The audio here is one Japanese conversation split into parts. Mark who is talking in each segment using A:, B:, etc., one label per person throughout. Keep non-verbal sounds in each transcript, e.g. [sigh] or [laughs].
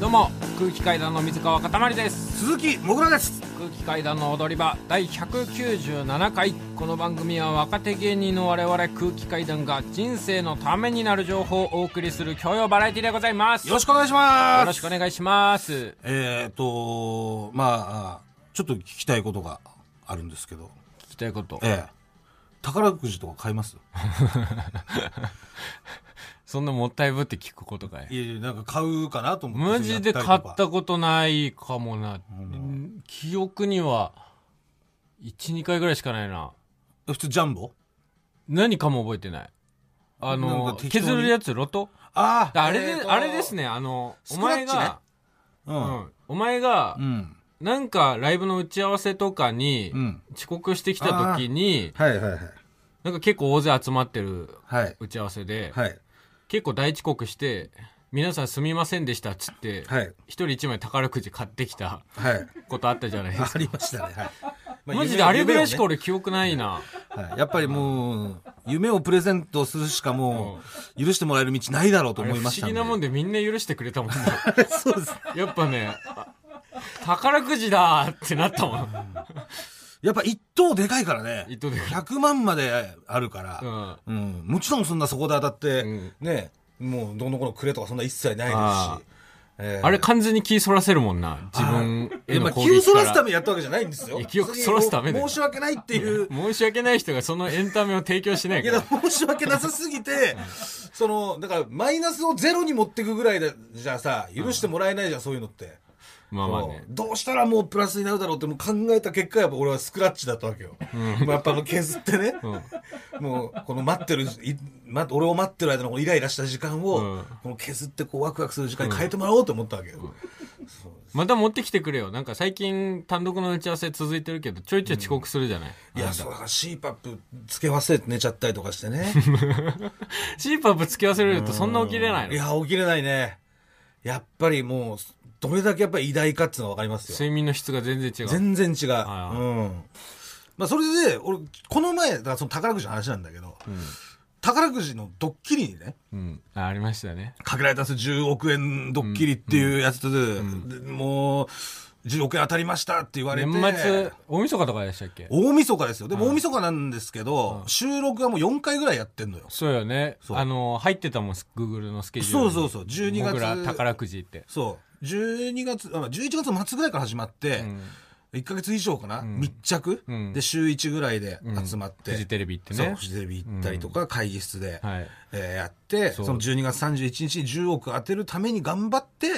A: どうも空気階段の水川かたまりです
B: 鈴木もぐらです
A: 空気階段の踊り場第197回この番組は若手芸人の我々空気階段が人生のためになる情報をお送りする教養バラエティでございます
B: よ
A: よ
B: ろしくお願いします
A: ろしくお願いします
B: えーっとまあちょっと聞きたいことがあるんですけど
A: 聞きたいこと
B: ええ宝くじとか買います
A: そんなもったいぶって聞くことかい
B: いやいやなんか買うかなと思って
A: マジで買ったことないかもな、記憶には12回ぐらいしかないな
B: 普通ジャンボ
A: 何かも覚えてないあ
B: なん
A: の
B: か適当に
A: 削るやつロト
B: あ
A: あれで、あれです
B: ね
A: ね、あの、
B: ス
A: お
B: クラ
A: 前
B: ッチね
A: が、
B: う
A: うんん、お前が
B: う、ん
A: なんかライブの打ち合わせとかに
B: う、ん
A: 遅刻してきた時に、
B: はいはいはい
A: なんか結構大勢集まってる
B: はい
A: 打ち合わせで、
B: はい
A: 結構大遅刻して、皆さんすみませんでしたっつって、
B: はい
A: 一人一枚宝くじ買ってきた
B: はい
A: ことあったじゃないですか。
B: ありましたねはい [laughs]
A: [laughs]
B: ま
A: マジであれぐらいしか
B: 夢をね
A: 俺記憶ないな。
B: はいやっぱりもう夢をプレゼントするしかもう許してもらえる道ないだろうと
A: あれ
B: 思い
A: 不
B: ま
A: 思
B: した
A: 議なもん
B: で
A: でみんな許してくれたもんね。
B: [laughs] そうです
A: やっぱね、あ宝くじだーってなったもん。
B: やっぱ一等でかいからね。
A: 一等でかい
B: 100万まであるから。
A: うん
B: うん。もちろんそんなそこで当たって、
A: うん
B: ね、もうどんどんこのくれとかそんな一切ないですし
A: あ。
B: えー
A: あれ完全に気そらせるもんな。自分へ
B: ま
A: の
B: あ
A: 攻
B: 気を
A: 撃
B: そ
A: から
B: すた
A: ら。
B: めにやったわけじゃないんですよ
A: い。や気をそらすためだよ
B: 申し訳ないっていう。
A: 申し訳ない人がそのエンタメを提供しない
B: い
A: か
B: や、
A: ら
B: だ。から申し訳なさすぎて、その、だからマイナスをゼロに持っていくぐらいでじゃあさ、許してもらえないじゃん、そういうのって。
A: まあまあね。
B: どうしたらもうプラスになるだろうってもう考えた結果やっぱ俺はスクラッチだったわけよ、もうやっぱあの削ってね、もうこの待ってるい、ま、俺を待ってる間のこのイライラした時間を、
A: うん
B: この削ってこうワクワクする時間に変えてもらおうと思ったわけよ、
A: また持ってきてくれよ。なんか最近単独の打ち合わせ続いてるけど、ちょいちょい遅刻するじゃない。
B: いやそうだから CPAP つけ忘れて寝ちゃったりとかしてね
A: シーパーぶつけ忘れるとそんな起きれない
B: い
A: の。
B: や起きれないねやっぱりもうどれだけやっぱり偉大かっていうのは分かりますよ
A: 睡眠の質が全然違う。
B: 全然違う。
A: はい
B: うん。まあ、それで、俺、この前、だからその宝くじの話なんだけど、宝くじのドッキリにね、
A: うん。あありましたね。
B: かけられたんですよ10億円ドッキリっていうやつとで、でもう、10億円当たりましたって言われて。
A: 年末、大晦日とかでしたっけ
B: 大晦日ですよ。でも大晦日なんですけど、収録はもう4回ぐらいやってんのよ。
A: そうよね。
B: う
A: あの、入ってたもん、Google のスケジュー
B: そ
A: ル
B: う
A: に。
B: そうそう、12
A: 僕ら
B: 月。
A: 宝くじって。
B: そう。12月、あ11月の末ぐらいから始まって、1ヶ月以上かな、密着、
A: ん
B: で、週1ぐらいで集まって。
A: フジテレビって
B: そう
A: ね
B: フ。ジテレビ行ったりとか、会議室で、
A: はい
B: えーやってそ
A: そう
B: の12月31日に10億当てるために頑張って、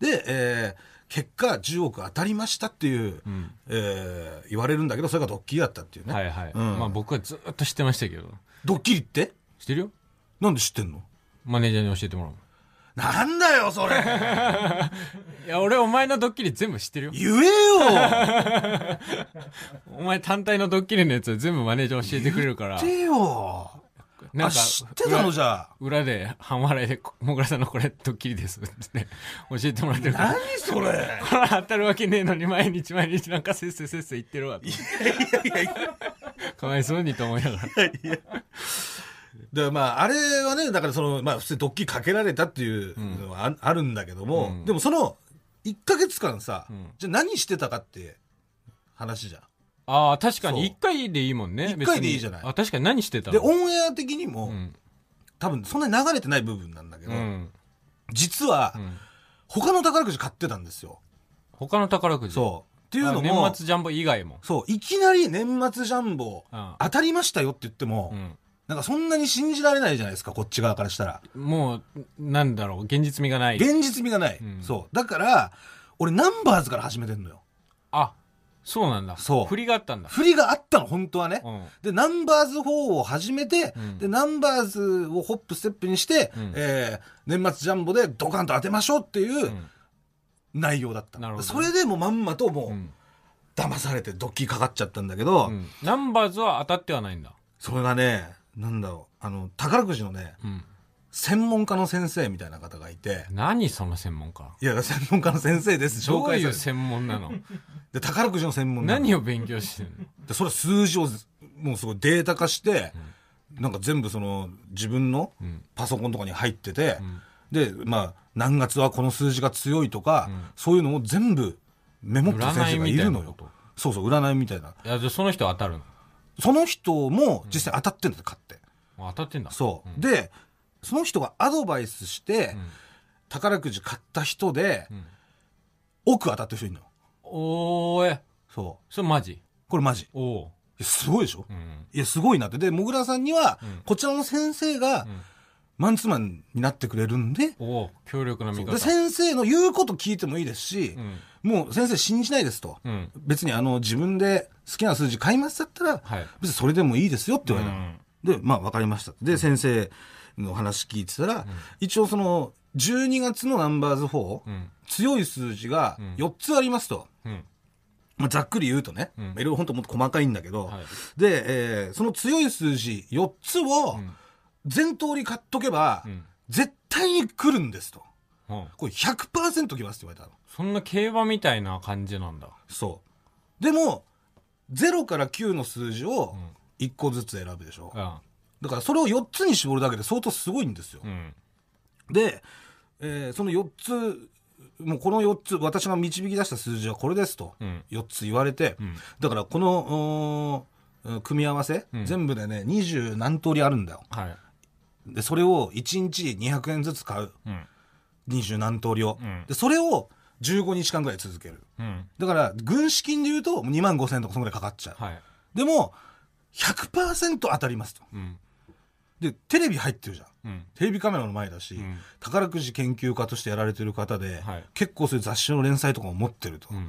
B: で、えー結果10億当たりましたっていう、えー言われるんだけどそれがドッキリだったっていうね、
A: はいはい。
B: うん
A: まあ僕はずっと知ってましたけど。
B: ドッキリって
A: 知ってるよ
B: なんで知ってんの
A: マネージャーに教えてもらおう。
B: なんだよそれ
A: いや、俺お前のドッキリ全部知ってるよ。
B: 言えよ
A: お前単体のドッキリのやつは全部マネージャー教えてくれるから
B: 言っ。てよ
A: なん
B: あ
A: か、
B: 知ってたのじゃあ
A: 裏裏で半笑いで、もぐらさんのこれドッキリですって教えてもらってるから。
B: 何それい
A: これ当たるわけねえのに毎日毎日なんかせっせせっせ言ってるわ。
B: やいやいや
A: かわいそうにと思いながら。
B: でまあ、あれはね、だからその、まあ、普通にドッキリかけられたっていうのはあ,、あるんだけども、でもその、1ヶ月間さ、じゃあ何してたかって話じゃん。
A: ああ、確かに
B: そう
A: 一回でいいもんね。
B: 一回でいいじゃない
A: 別にあ、確かに何してた
B: で、
A: の
B: オンエア的にも、
A: ん
B: 多分そんなに流れてない部分なんだけど、
A: うん。
B: 実は、
A: ん
B: 他の宝くじ買ってたんですよ。
A: 他の宝くじ。
B: そう。って
A: う
B: いうのも、
A: 年末ジャンボ以外も。
B: そう、いきなり年末ジャンボ、
A: うん
B: 当たりましたよって言っても、
A: うん。
B: なんかそんなに信じられないじゃないですか、こっち側からしたら。
A: もう、なんだろう、現実味がない。
B: 現実味がない。
A: ん
B: そう。だから、俺ナンバーズから始めてんのよ。
A: あ、そうなんだ。
B: そう
A: 振りがあったんだ。
B: 振りがあったの、本当はね。
A: うん
B: で、ナンバーズ4を始めて、
A: ん
B: で、ナンバーズをホップステップにして、
A: ん
B: えー年末ジャンボでドカンと当てましょうっていう
A: うん
B: 内容だった。
A: なるほど
B: それでもうまんまともう、
A: うん
B: 騙されてドッキリかかっちゃったんだけど、
A: うんナンバーズは当たってはないんだ。
B: それがね、なんだろう、あの、宝くじのね、
A: うん。
B: 専門家の先生みたいな方がいて、
A: 何その専門家。
B: いや、専門家の先生です。
A: ど
B: 紹
A: う
B: 介
A: い
B: さ
A: う
B: れて
A: 専門
B: [laughs]
A: なの
B: で、宝くじの専門家。
A: 何を勉強してんの
B: でそれは数字をずもうすごいデータ化して、なんか全部その自分のパソコンとかに入ってて、で、まあ、何月はこの数字が強いとか、そういうのを全部メモってる先生がいる
A: 占いみたい
B: の
A: なこ
B: よ
A: と。
B: そうそう、占いみたいな。
A: いやじゃあその人当たるの
B: その人も実際当たってるんだよ、買って。
A: あ当たってんだ
B: そう、でその人がアドバイスして、宝くじ買った人で、
A: ん
B: 奥当たってる人いるのよ
A: おーえ
B: そう
A: それマジ
B: これマジい
A: おお
B: やすごいでしょ、
A: う
B: い
A: ん
B: やすごいなってでもぐらさんには、
A: ん
B: こちらの先生が、
A: ん
B: マンツーマンになってくれるんで,、
A: おお強力な味方
B: で先生の言うこと聞いてもいいですし、
A: うん
B: もう先生信じないですと、
A: うん
B: 別にあの自分で好きな数字買いますだったら、
A: はい
B: 別にそれでもいいですよって言われたの、
A: ん
B: で、まあ、わかりました。で、先生の話聞いてたら、一応その、12月のナンバーズ4、
A: うん
B: 強い数字が
A: ん
B: 4つありますと。
A: うん
B: まあ、ざっくり言うとね、
A: うん
B: まあいろいろ本当もっと細かいんだけど、
A: はい
B: で、えーその強い数字4つを
A: ん
B: 全通り買っとけば、
A: うん
B: 絶対に来るんですと。
A: うん
B: これ100%来ますって言われたの。
A: そんな競馬みたいな感じなんだ
B: そう。でも、0から9の数字を1個ずつ選ぶでしょ。
A: う
B: だからそれを4つに絞るだけで相当すごいんですよ。
A: んうん
B: で、えーその4つ、もうこの4つ、私が導き出した数字はこれですと、
A: うん
B: 4つ言われて、
A: ん
B: だからこの、うーん組み合わせ、
A: ん
B: 全部でね、二十何通りあるんだよ。
A: はい
B: で、それを1日200円ずつ買う。
A: うん
B: 二十何通りを、
A: うん
B: で、それを15日間ぐらい続ける。
A: うん
B: だから、軍資金で言うと2万5千とかそのぐらいかかっちゃう。
A: はい
B: でも、100%当たりますと。
A: うん
B: で、テレビ入ってるじゃ
A: う
B: ん。
A: ん
B: テレビカメラの前だし、
A: ん
B: 宝くじ研究家としてやられてる方で、
A: はい
B: 結構そういう雑誌の連載とかも持ってると、
A: ん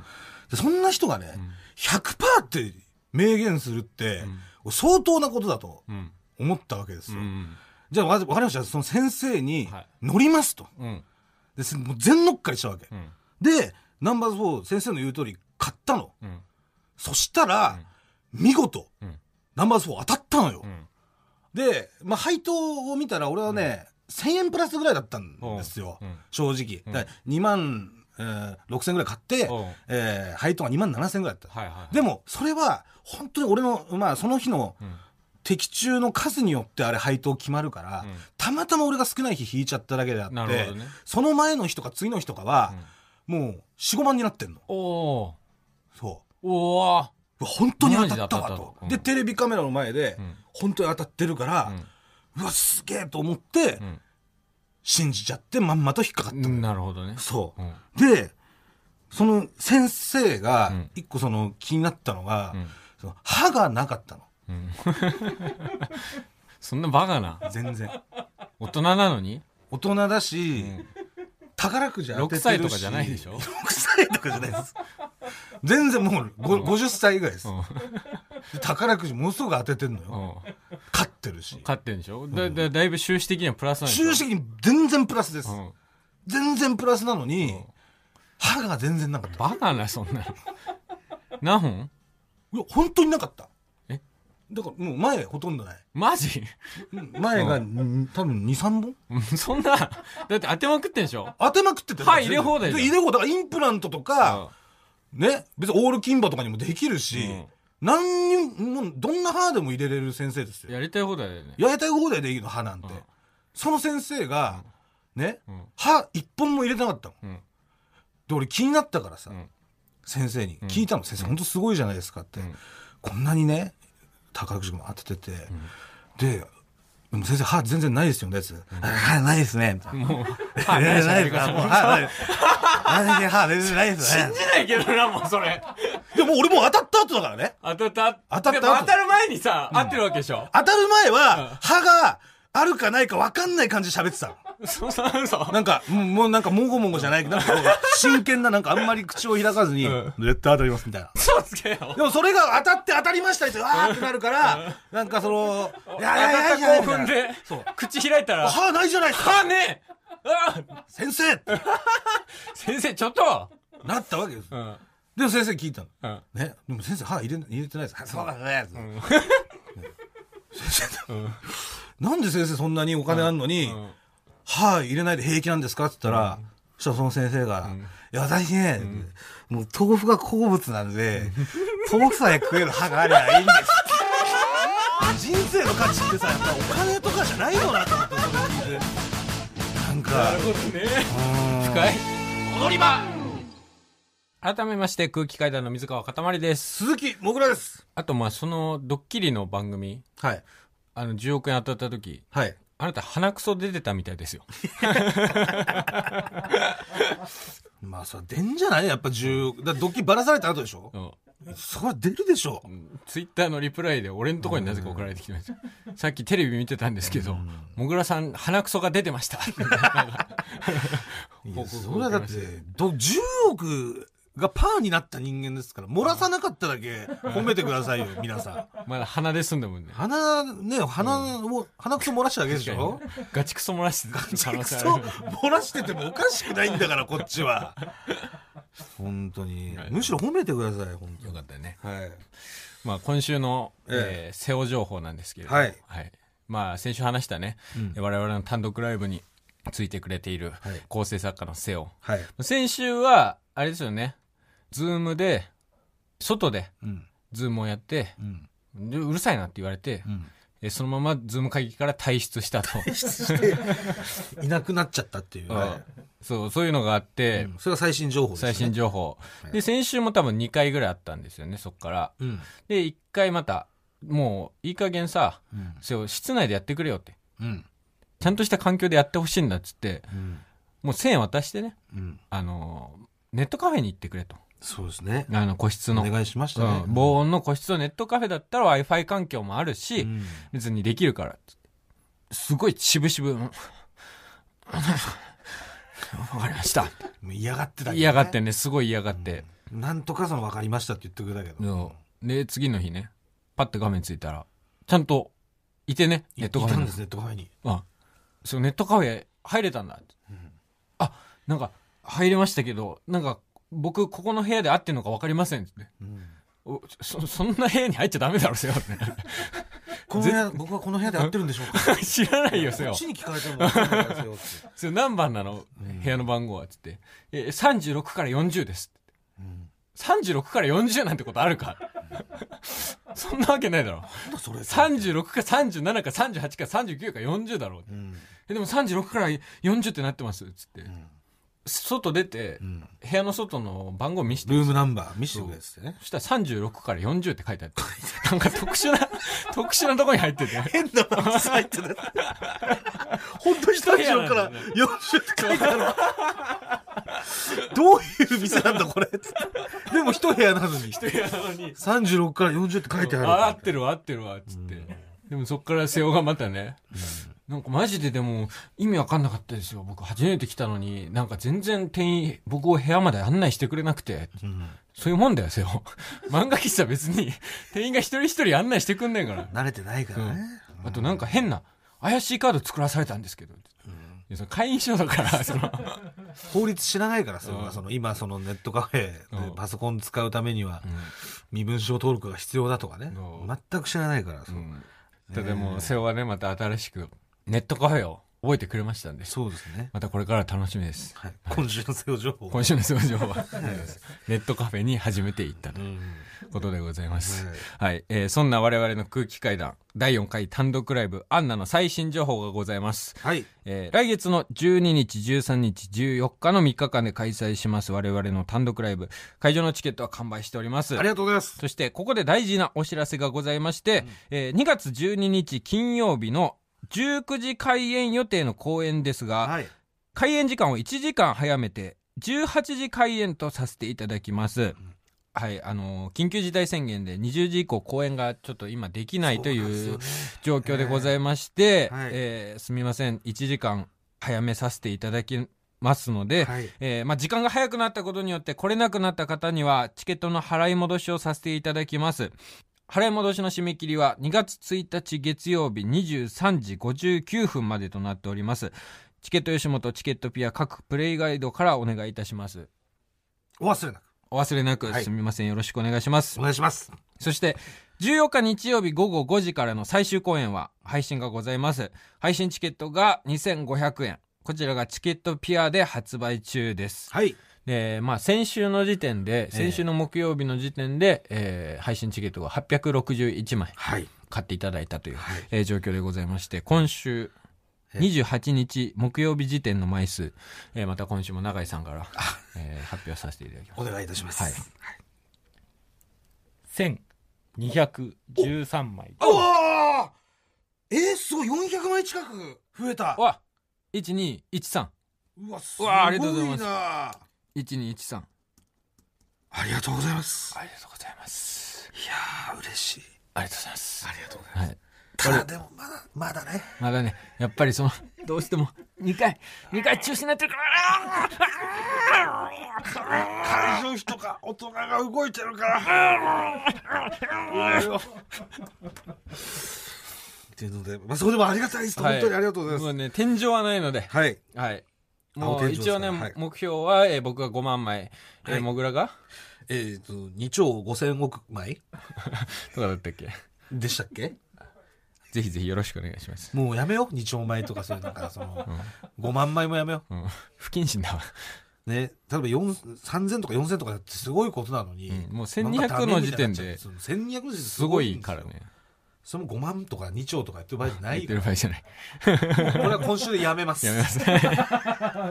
B: でそんな人がね、100%って明言するって、相当なことだと
A: うん
B: 思ったわけです
A: う
B: よ、
A: ん
B: じゃあわわかりましたその先生に
A: はい
B: 乗りますと、
A: うん
B: ですもう全乗っかりしたわけ、
A: うん
B: でナンバーズ4先生の言う通り買ったの
A: うん
B: そしたら、見事、
A: うん
B: ナンバーズ4当たったのよ、
A: うん
B: で、まあ、配当を見たら、俺はね、1000円プラスぐらいだったんですよ、
A: うんうん
B: 正直。だから2万、えー6000円ぐらい買って
A: うん、
B: えー配当が2万7000円ぐらいだった。
A: はいはいはい
B: でも、それは、本当に俺の、まあ、その日の
A: うん
B: 的中の数によってあれ配当決まるから、
A: うん
B: たまたま俺が少ない日引いちゃっただけであって、
A: なるほどね
B: その前の日とか次の日とかは、もう4、5万になってんの。
A: おお
B: そう。
A: おお
B: うわ本当に当たったわ
A: マジで当た
B: と
A: っ。たとう
B: で、
A: ん
B: テレビカメラの前で
A: ん、
B: 本当に当たってるから、うわ、すげえと思って、
A: ん
B: 信じちゃってまんまと引っかかったのよ、
A: なるほどね
B: そう、
A: うん
B: で、その先生が
A: ん、
B: 一個その気になったのが、
A: ん
B: その歯がなかったの。
A: そんなバカな
B: 全然。
A: 大人なのに
B: 大人だし、宝くじ当てて
A: 6
B: るし。
A: 歳とかじゃないでしょ
B: ?6 歳とかじゃないです。全然もうご50歳ぐらいです、
A: ん
B: で宝くじものすごく当ててんのよ。
A: うん
B: 勝ってるし。
A: 勝ってんでしょだだだいぶ収支的にはプラスなんでしょ
B: 収支的に全然プラスです。
A: うん
B: 全然プラスなのに、歯が全然なかった。
A: バカなそんなの何本
B: いや、本当になかった。
A: え
B: だからもう前ほとんどない。
A: マジ
B: 前が、ん多分2、3本
A: うん [laughs] そんなだって当てまくってんでしょ
B: 当てまくってて。
A: 歯入れ放題じゃん
B: で入れ放題。だからインプラントとか、ね、別にオール金歯とかにもできるし、
A: うん
B: 何にも、どんな歯でも入れれる先生です
A: うん
B: よ。
A: やりたい放題だよね
B: やりたい放題でいいの、歯なんて。
A: うん
B: その先生が、ね、
A: うん
B: 歯一本も入れてなかったの。
A: うん
B: で、俺気になったからさ、
A: うん
B: 先生に聞いたの、先生、本当すごいじゃないですかって、
A: ん
B: こんなにね、宝くじも当ててて、で、でも先生、歯全然ないですよね、って歯ないですね、みたいな。
A: もう
B: 歯
A: 歯
B: な
A: ないい
B: です
A: じゃ
B: ね、
A: ないか
B: もう [laughs] 歯ないです。歯歯全然ないですね
A: 信。じないけどなもうそれ
B: でも俺もう当たった後だからね。
A: 当たった
B: 当たった
A: でも当たる前にさ合ってるわけでしょ
B: 当たる前は、歯があるかないか分かんない感じで喋ってたの。
A: そそそ
B: なんか、もうもうなんか、もごもごじゃないけど、なんかこ [laughs] う真剣な、なんかあんまり口を開かずに、
A: うん
B: 絶対当たります、みたいな。
A: 嘘つけよ
B: でもそれが当たって当たりましたって、わーってなるから、なんかその、 [laughs] い
A: 当
B: やい
A: た
B: やいや
A: っ
B: いや
A: た興
B: みたいな
A: 奮で
B: そう。
A: 口開いたら
B: 歯ないじゃないですか
A: 歯ねあ
B: 先生って
A: 先生ちょっと
B: なったわけです。
A: うん
B: でも先生聞いたの。
A: うん
B: ね。でも先生歯入れ入れてないです。はいそうだね。 [laughs] ね先生なんで先生そんなにお金あんのに、歯入れないで平気なんですかって言ったら、そしたらその先生が、いや、私ね、もう豆腐が好物なんで、豆腐さえ食える歯がありゃいいんですって。人生の価値ってさ、やっぱお金とかじゃないのなと思って、それ聞いて。なんか
A: ほどね
B: うん
A: 深い踊り場改めまして空気階段の水川かたまりです
B: 鈴木もぐらです
A: あとまあそのドッキリの番組
B: はい
A: あの10億円当たった時
B: はい
A: あなた鼻くそ出てたみたいですよ
B: まあそれ出んじゃないやっぱ10だってドッキリばらされた後でしょ
A: うん
B: そこは出るでしょ
A: ツイッターのリプライで俺のところになぜか送られてきてますさっきテレビ見てたんですけど、もぐらさん、鼻くそが出てました。 [laughs] みたいない報告
B: やそ
A: を受
B: れは
A: け
B: だ
A: ま
B: っ
A: してた
B: ど10億がパーになった人間ですから漏らさなかっただけ褒めてく
A: [laughs]
B: ださいよ皆さん
A: まだ鼻で済んだもんね。
B: 鼻ね鼻を鼻くそ漏らしただけでしょ
A: ガチクソ漏らしてた可能
B: く
A: 性
B: そ
A: ある
B: 漏らしててもおかしくないんだからこっちは本当にむしろ褒めてください本当
A: よ
B: に
A: かったね。
B: はい
A: まあ今週の、
B: え
A: えー瀬尾情報なんですけれども、
B: はい
A: まあ先週話したね、
B: うん
A: 我々の単独ライブについてくれている
B: はい
A: 構成作家の瀬尾。
B: はい
A: 先週は、あれですよね、ズームで、外で
B: うん
A: ズームをやって、
B: うん
A: でうるさいなって言われて、
B: うん
A: えーそのままズーム会議から退出
B: [laughs]
A: したと。
B: していなくなっちゃったっていう、
A: うん
B: は
A: そう、そういうのがあっ
B: い
A: て、
B: うんそれが最新情報です、ね、
A: 最新情報。
B: はい
A: で、先週も多分2回ぐらいあったんですよね、そっから。
B: うん、
A: で、1回また、もういい加減さ、そう室内でやってくれよって。
B: うん
A: ちゃんとした環境でやってほしいんだっつって、
B: うん
A: もう1000円渡してね、
B: うん
A: あのー、ネットカフェに行ってくれと。
B: そうですね
A: あの、個室
B: お
A: の。
B: 願いしました
A: う
B: ね、
A: ん防音の個室のネットカフェだったら Wi-Fi 環境もあるし、
B: うん
A: 別にできるからっつってすごい渋々うんわかりました
B: もう嫌がってたけどね
A: 嫌がってねすごい嫌がって、
B: なんとかその分かりましたって言ってくれたけど、
A: そうで次の日ねパッて画面ついたらちゃんといてね
B: い
A: ネットカフェ
B: いたん
A: に
B: ですネットカフェに、
A: あそうネットカフェ入れたんだってあなんか入れましたけどなんか僕ここの部屋で合ってるのか分かりませんっつっておそそんな部屋に入っちゃダメだろセよって
B: [laughs] この部屋僕はこの部屋で合ってるんでしょうか
A: 知ら [laughs] ないよセ
B: こ
A: よ
B: っちに聞かれても分かんないからですよって
A: それ何番なの部屋の番号はつって。え、36から40です。
B: うん
A: 36から40なんてことある [laughs] かそんなわけないだろ。
B: なんだそれ
A: 36か37か38か39か40だろう。
B: うん
A: え、でも36から40ってなってます。つって。外出て
B: う、ん
A: 部屋の外の番号見せて。
B: ルームナンバー見せてくれっつってね
A: そしたら36から40って書いてあって。なんか特殊な、特殊なとこに入ってて。
B: 変な番号入ってた。本当にスタジオから40って書いてある。どういう店なんだこれ。でも一部屋なの
A: [laughs]
B: に。
A: 部屋なのに。
B: 36から40って書いてある。
A: あ合ってるわ合ってるわっつって、でもそっから瀬尾がまたね、なんかマジででも意味わかんなかったですよ僕初めて来たのになんか全然店員僕を部屋まで案内してくれなくて、
B: ん
A: そういうもんだよ瀬尾 [laughs] 漫画喫茶別に店員が一人一人案内してくんねえから、
B: 慣れてないからね。
A: あとなんか変な怪しいカード作らされたんですけど、いやその会員証だから [laughs] その
B: 法律知らないから、それ
A: うん
B: はその今そのネットカフェで
A: うん
B: パソコン使うためには身分証登録が必要だとかね
A: う。
B: 全く知らないから。そう
A: ただもう瀬尾はねまた新しくネットカフェを覚えてくれましたんで
B: そうですね。
A: またこれから楽しみです
B: はい今週の政情報。
A: 今週の症状は、ネットカフェに始めていったと
B: う
A: いうんことでございます。はい、えーそんな我々の空気階段、第4回単独ライブ、アンナの最新情報がございます。
B: はい。
A: えー来月の12日、13日、14日の3日間で開催します我々の単独ライブ。会場のチケットは完売しております
B: あり。がとうございます。
A: そして、ここで大事なお知らせがございまして、えー2月12日金曜日の19時開演予定の公演ですが、
B: はい。
A: 開演時間を1時間早めて18時開演とさせていただきます、はいあのー緊急事態宣言で20時以降公演がちょっと今できないという状況でございまして、
B: はい
A: えーすみません1時間早めさせていただきますので、
B: はい
A: えーまあ、時間が早くなったことによって来れなくなった方にはチケットの払い戻しをさせていただきます払い戻しの締め切りは2月1日月曜日23時59分までとなっておりますチケット吉本チケットピア各プレイガイドからお願いいたします
B: お忘れなく。
A: お忘れなく
B: はい
A: すみません、よろしくお願いします
B: お願いします。
A: そして14日日曜日午後5時からの最終公演は配信がございます配信チケットが2500円こちらがチケットピアで発売中です
B: はい。
A: で、まあ、先週の時点で、先週の木曜日の時点で、えー配信チケットが861枚
B: はい。
A: 買っていただいたという、
B: はい
A: えー状況でございまして、今週、 28日木曜日時点の枚数、えーまた今週も永井さんから、えー発表させていただきます。
B: お願いいたします。
A: はい
C: 1213枚
B: うわあえー、すごい !400 枚近く増えた
A: うわ1213。
B: うわ、す
A: う
B: ごい
A: わ
B: な
A: ありがとうございます
B: あ
A: 1213。
B: りがとうございます。
A: りがとうございます。
B: いやー、嬉しい。
A: ありがとうございます。
B: ありがとうございます。
A: はい。
B: ただでもまだ、まだね。
A: まだね、やっぱりその、どうしても、2回、2回中止になってるから、あー
B: 会場費とか大人が動いてるから。 [laughs] っていうので、まあ、そこでもありがたいです。
A: はい
B: 本当にありがとうござい
A: も
B: ます。
A: うね、天井はないので、
B: はい。
A: はい。
B: あ
A: も
B: お
A: う
B: 天井で
A: 一
B: すか
A: 応ね、
B: はい
A: 目標は、えー僕が5万枚、えー
B: はい
A: もぐらが
B: えっ、と、2兆5千億枚
A: とかだったっけ [laughs]
B: でしたっけ
A: ぜひぜひよろしくお願いします。
B: もうやめよう。2兆枚とかそういう、なんかその、5万枚もやめよ
A: うん。不謹慎
B: [laughs]
A: だわ。
B: う。ね。例えば4 3000とか4000とかってすごいことなのに。
A: うんもう
B: なんか
A: 1200
B: ダメ
A: の
B: み
A: 時
B: たい
A: 点
B: になっちゃ
A: で
B: う、そう1200の時点です
A: すごいから
B: んですよ
A: ね。
B: それも5万とか2兆とかやってる場合じゃな
A: 言っ
B: い
A: てる場合じゃない。
B: これは今週でやめます
A: やめま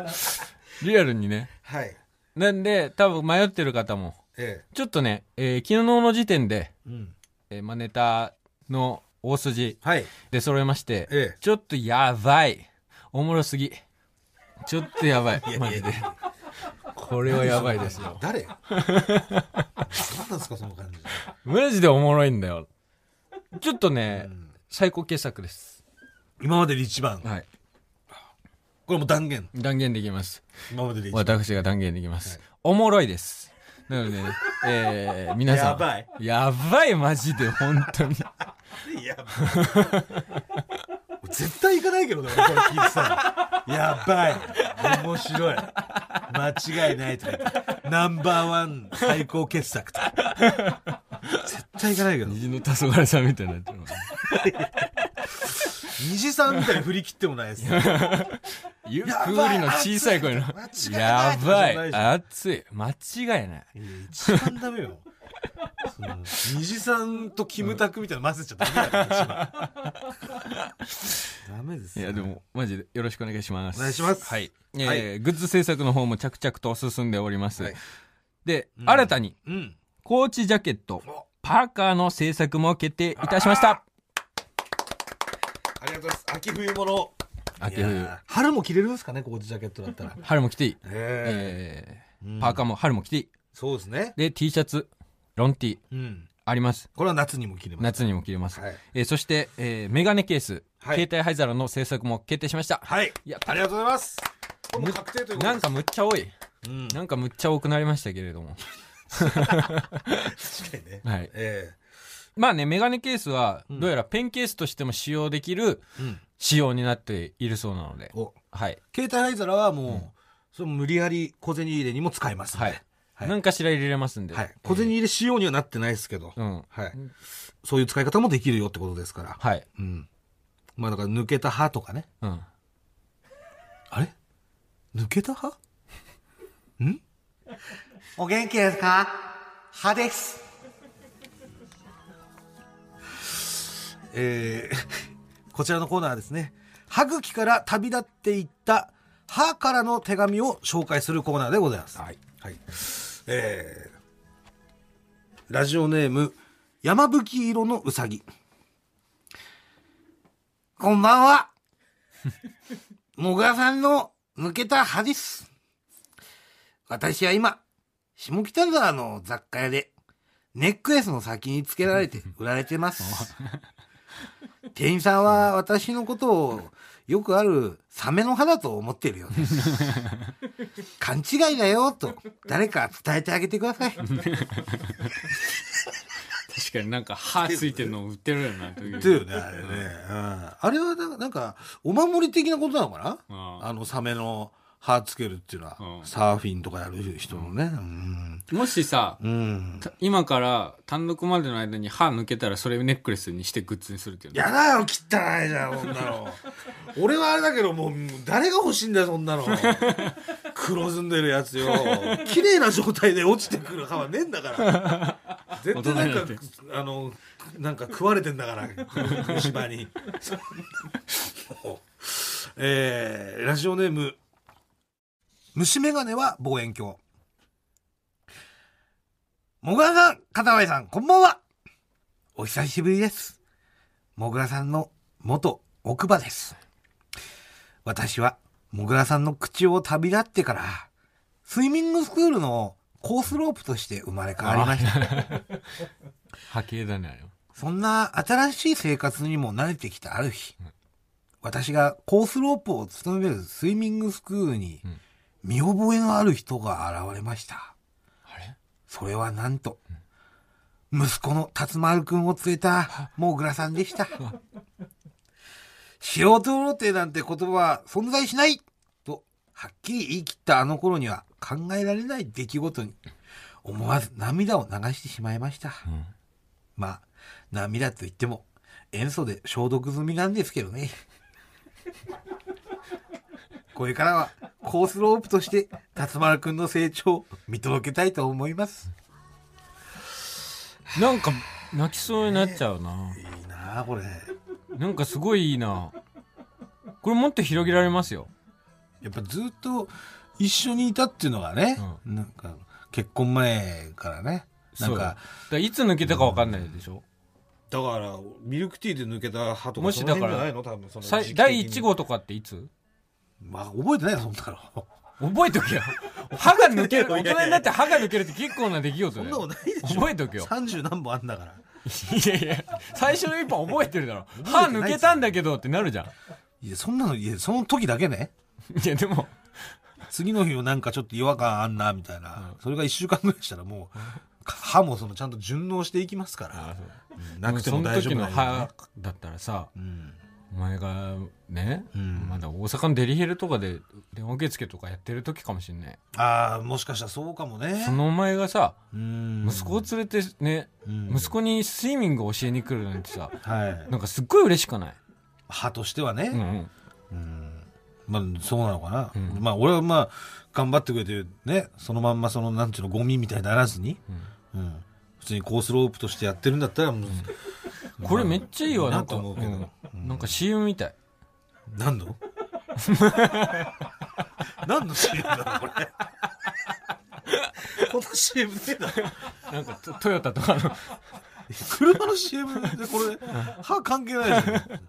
A: す。 [laughs] リアルにね。
B: はい
A: なんで、多分迷ってる方も、
B: え
A: ちょっとね、えー昨日の時点で、
B: えうん
A: えーまあ、ネタの大筋
B: はい
A: で揃えまして、
B: ええ
A: ちょっとやばい。おもろすぎ。ちょっとやばい。マジで。これはやばいですよ。
B: [laughs] 誰何なんですかその感じ、
A: マジでおもろいんだよ。ちょっとね、
B: うん
A: 最高傑作です。
B: 今までで一番こ
A: はい。
B: れもう断言
A: 断言できます。
B: 今までで一番
A: 私が断言できます。
B: は
A: おもろいです。なので、えー皆さん。
B: やばい。
A: やばい、マジで、本当に。
B: いやばい [laughs] 絶対行かないけどね俺これ聞いてたらやばい面白い間違いないとか言ってナンバーワン最高傑作とか絶対行かないけど
A: 虹の黄昏さんみたいになってます。
B: 虹さんみたいに振り切ってもないです
A: ゆっくりの小さい声の。やばい、熱い。間違いない。
B: いや一番ダメよ。その虹さんとキムタクみたいなの混ぜちゃダメだよ、一番ダメです
A: い
B: よ
A: や、でも、マジでよろしくお願いします。
B: お願いします
A: はい。え
B: は
A: ーグッズ制作の方も着々と進んでおります。
B: はい
A: で、
B: うん
A: 新たに、
B: うん。
A: コーチジャケット
B: お、
A: パーカーの制作も決定いたしました。
B: ありがとうございます。秋冬物。
A: 秋冬
B: い。やー春も着れるんですかね、コーチジャケットだったら。
A: 春も着ていい。
B: え
A: え
B: え
A: ーパーカー
B: も。
A: も春も着ていい。
B: そうですね。
A: で、T シャツ、ロン T
B: うん。
A: あります。
B: これは夏にも着れます。
A: 夏にも着れます。
B: はい
A: えーそして、えーメガネケース、
B: はい
A: 携帯灰皿の制作も決定しました。
B: はい。
A: いや
B: ありがとうございます。これもう確定ということ
A: なんかむっちゃ多い。
B: うん。
A: なんかむっちゃ多くなりましたけれど
B: [laughs]
A: も。
B: 確かにね。
A: はい。
B: え
A: まあね、メガネケースは、
B: うん
A: どうやらペンケースとしても使用できる
B: えうん。
A: 仕様になっているそうなので。
B: お
A: はい。
B: 携帯灰皿はもう、その無理やり小銭入れにも使えますんで。
A: はい。
B: はい
A: 何かしら入れれますんで。
B: はい。小銭入れ仕様にはなってないですけど。
A: うん。
B: はい。そういう使い方もできるよってことですから。
A: はい。
B: うん。まあだから抜けた歯とかね。
A: うん。
B: あれ抜けた歯 [laughs] んお元気ですか歯です。えー、こちらのコーナーはですね、歯茎から旅立っていった歯からの手紙を紹介するコーナーでございます。はい。はい。えー、ラジオネーム、山吹色のうさぎ。こんばんは。 [laughs] もぐらさんの抜けた歯です。私は今、下北沢の雑貨屋で、ネックレスの先につけられて売られてます。店員さんは私のことをよくあるサメの歯だと思ってるようです。勘違いだよ [laughs] と誰か伝えてあげてください。
A: 確かになんか歯ついてるの売ってるよな、とい
B: ってよね、あれね。うんあれはななんか、お守り的なことなのかな
A: うん
B: あのサメの歯つけるっていうのは、
A: うん
B: サーフィンとかやる人のね。うん。
A: もしさ、
B: うん。
A: た今から単独までの間に歯抜けたらそれをネックレスにしてグッズにするっていうの
B: やだよ、汚いじゃん、そんなの。 [laughs] 俺はあれだけど、もう、誰が欲しいんだよ、そんなの。黒ずんでるやつよ。綺麗な状態で落ちてくる歯はねえんだから。絶対なんか
A: 大人になっ、
B: あの、なんか食われてんだから、虫歯に。もう [laughs] えーラジオネーム虫眼鏡は望遠鏡もぐらさん片貝さんこんばんはお久しぶりですもぐらさんの元奥歯です私はもぐらさんの口を旅立ってからスイミングスクールのコースロープとして生まれ変わりました
A: 波形だねあれは
B: そんな新しい生活にも慣れてきたある日、私がコースロープを務めるスイミングスクールに
A: ん
B: 見覚えのある人が現れました。
A: あれ
B: それはなんと、息子の辰丸くんを連れたモグラさんでした。素人ロテなんて言葉は存在しないと、はっきり言い切ったあの頃には考えられない出来事に、思わず涙を流してしまいました。
A: うん
B: まあ、涙といっても、塩素で消毒済みなんですけどね。これからは、コースロープとして、辰丸くんの成長を見届けたいと思います。
A: なんか泣きそうになっちゃうない
B: いなあこれ。
A: なんかすごいいいなこれもっと広げられますよ
B: やっぱずっと一緒にいたっていうのがね、なんか、結婚前からね、なん
A: そうだ
B: か
A: か、らいつ抜けたか分かんないでしょ
B: だから、ミルクティーで抜けた歯と
A: もしだから
B: の多分その
A: さい第1。号とかっていつ
B: まあ、覚えてないよ、そんなの。
A: 覚えとけよ歯が抜ける大人になって歯が抜けるって結構な出来事
B: そ
A: だ
B: んなこ
A: よ
B: とないでしょ。
A: 覚えとけよ
B: 三十何本あんだから。
A: いやいや最初の一本覚えてるだろ歯抜けたんだけどってなるじゃん
B: いや、そんなの、いや、その時だけね。
A: いやでも
B: 次の日もなんかちょっと違和感あんな、みたいな。それが一週間ぐらいしたらもう、歯もそのちゃんと順応していきますから。うんなくて
A: そ
B: も大丈夫な
A: の
B: よう
A: 時
B: に
A: の
B: ね
A: 歯だったらさ
B: うん。
A: お前がね、
B: うん
A: まだ大阪のデリヘルとかで電話受付とかやってる時かもしんない
B: ああ、もしかしたらそうかもね
A: そ。のお前がさ
B: うん
A: 息子を連れてね、
B: うん
A: 息子にスイミングを教えに来るなんてさ
B: はい。
A: なんかすっごい嬉しくない、
B: 歯としては
A: うんう
B: ね。
A: ん、
B: うん。まあ、そうなのかな。
A: うん
B: まあ、俺はまあ、頑張ってくれて、ね、そのまんま、その、なんちゅうの、ゴミみたいにならずに、うん。普通にコースロープとしてやってるんだったら、もう
A: これめっちゃいいわ
B: な
A: なん
B: んか
A: か
B: 思うけど。
A: うんなんか CM みたい [laughs]
B: 何の何の CM だろ
A: [laughs]
B: うこれこの CM ねえだろ
A: なんかトトヨタとかの
B: [laughs] 車の CM でこれ歯関係ないじゃん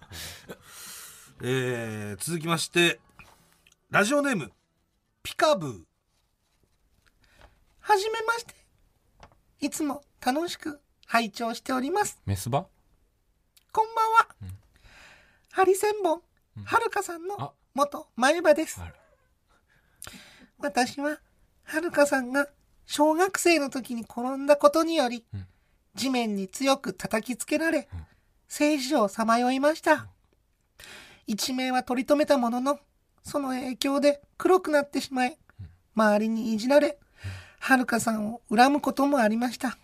B: えー、続きましてラジオネームピカブー
C: はじめまして。いつも楽しく拝聴しております。
A: メスバ
C: こんばんは。ハリセンボン、はるかさん
A: あ
C: の元前歯です
A: あら。
C: 私は、はるかさんが小学生の時に転んだことにより、
A: うん
C: 地面に強く叩きつけられ、生死をさまよいました。一命は取り留めたものの、その影響で黒くなってしまい、周りにいじられ、はるかさんを恨むこともありました。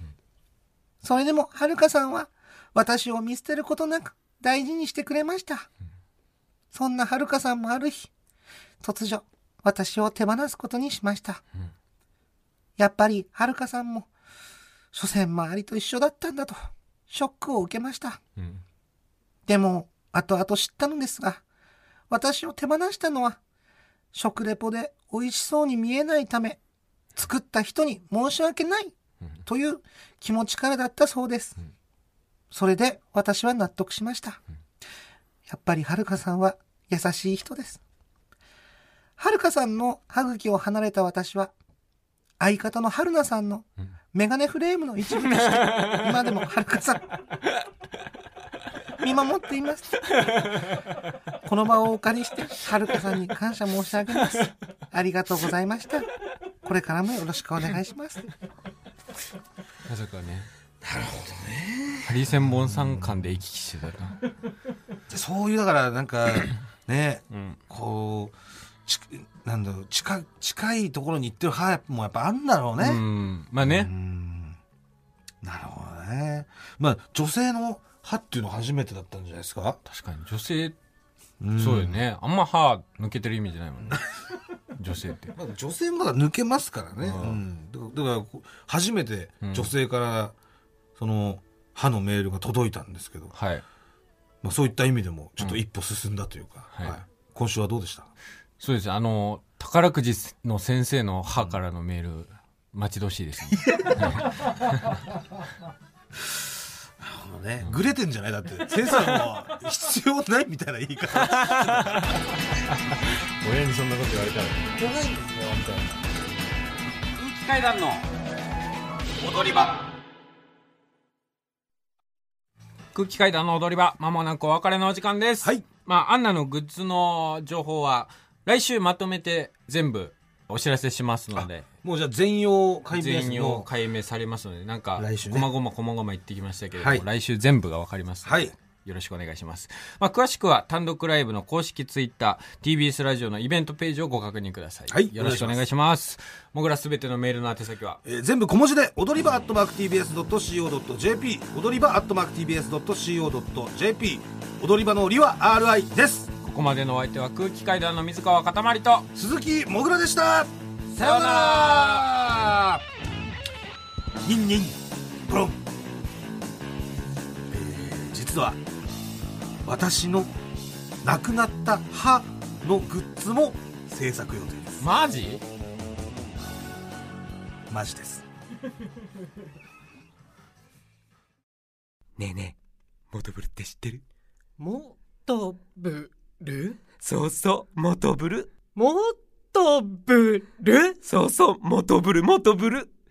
C: それでもはるかさんは私を見捨てることなく大事にしてくれました。そんなはるかさんもある日、突如私を手放すことにしました。やっぱりはるかさんも、所詮周りと一緒だったんだと、ショックを受けました。
A: うん
C: でも、後々知ったのですが、私を手放したのは、食レポで美味しそうに見えないため、作った人に申し訳ない
A: うん
C: という気持ちからだったそうです。それで私は納得しました。やっぱりはるかさんは優しい人です。はるかさんの歯茎を離れた私は、相方のはるなさんのメガネフレームの一部として、今でもはるかさん、見守っています。この場をお借りして、はるかさんに感謝申し上げます。ありがとうございました。これからもよろしくお願いします。
A: まさかねなるほどねハリセンボンさん間で行き来してたな
B: そういうだからなんかね、
A: ん
B: こうちなんだろう近近いところに行ってる歯もやっぱあんだろう
A: う
B: ね、
A: んまあね
B: なるほどねまあ女性の歯っていうの初めてだったんじゃないですか、
A: 確かに女性
B: ん
A: そうよねあんま歯抜けてるイメージないもんね女性って
B: まあ、女性もまだ抜けますからね、うんだからだからこう初めて女性からその歯のメールが届いたんですけど、
A: はい
B: まあ、そういった意味でもちょっと一歩進んだというか、
A: うんはい
B: はい今週はどうでした
A: そうですあの宝くじの先生の母からのメール、待ち遠しいですね
B: ね、グレてんじゃないだって先生も必要ないみたいな言い方 [laughs] 親にそんなこと言われたら必要ないんですよみた
D: 空気階
B: いな
D: 段の踊り場
A: 空気階段の踊り場まもなくお別れのお時間です
B: はい
A: まあアンナのグッズの情報は来週まとめて全部お知らせしますので
B: もうじゃあ全容解明
A: 全容
B: の
A: 解明されますのでなんか
B: 来週ね
A: こまごまこまごま言ってきましたけれども、
B: はい
A: 来週全部がわかりますので、
B: はい
A: よろしくお願いします、まあ、詳しくは単独ライブの公式ツイッター TBS ラジオのイベントページをご確認ください、
B: はい
A: よろしくお願いしますもぐらすべてのメールの宛先は
B: えー全部小文字で踊り場 at mark tbs.co.jp 踊り場 at mark tbs.co.jp 踊り場のりは RI です
A: ここまでのお相手は空気階段の水川かたまりと
B: 鈴木もぐらでした
A: さようなら
B: ニンニンプロン、えー実は私の亡くなった歯のグッズも制作予定です
A: マジ
B: マジです
E: ねえねえ、モトブルって知ってる
F: もとぶる
E: そうそう、モトブル。
F: もとぶる
E: そうそう、モトブル、モトブル。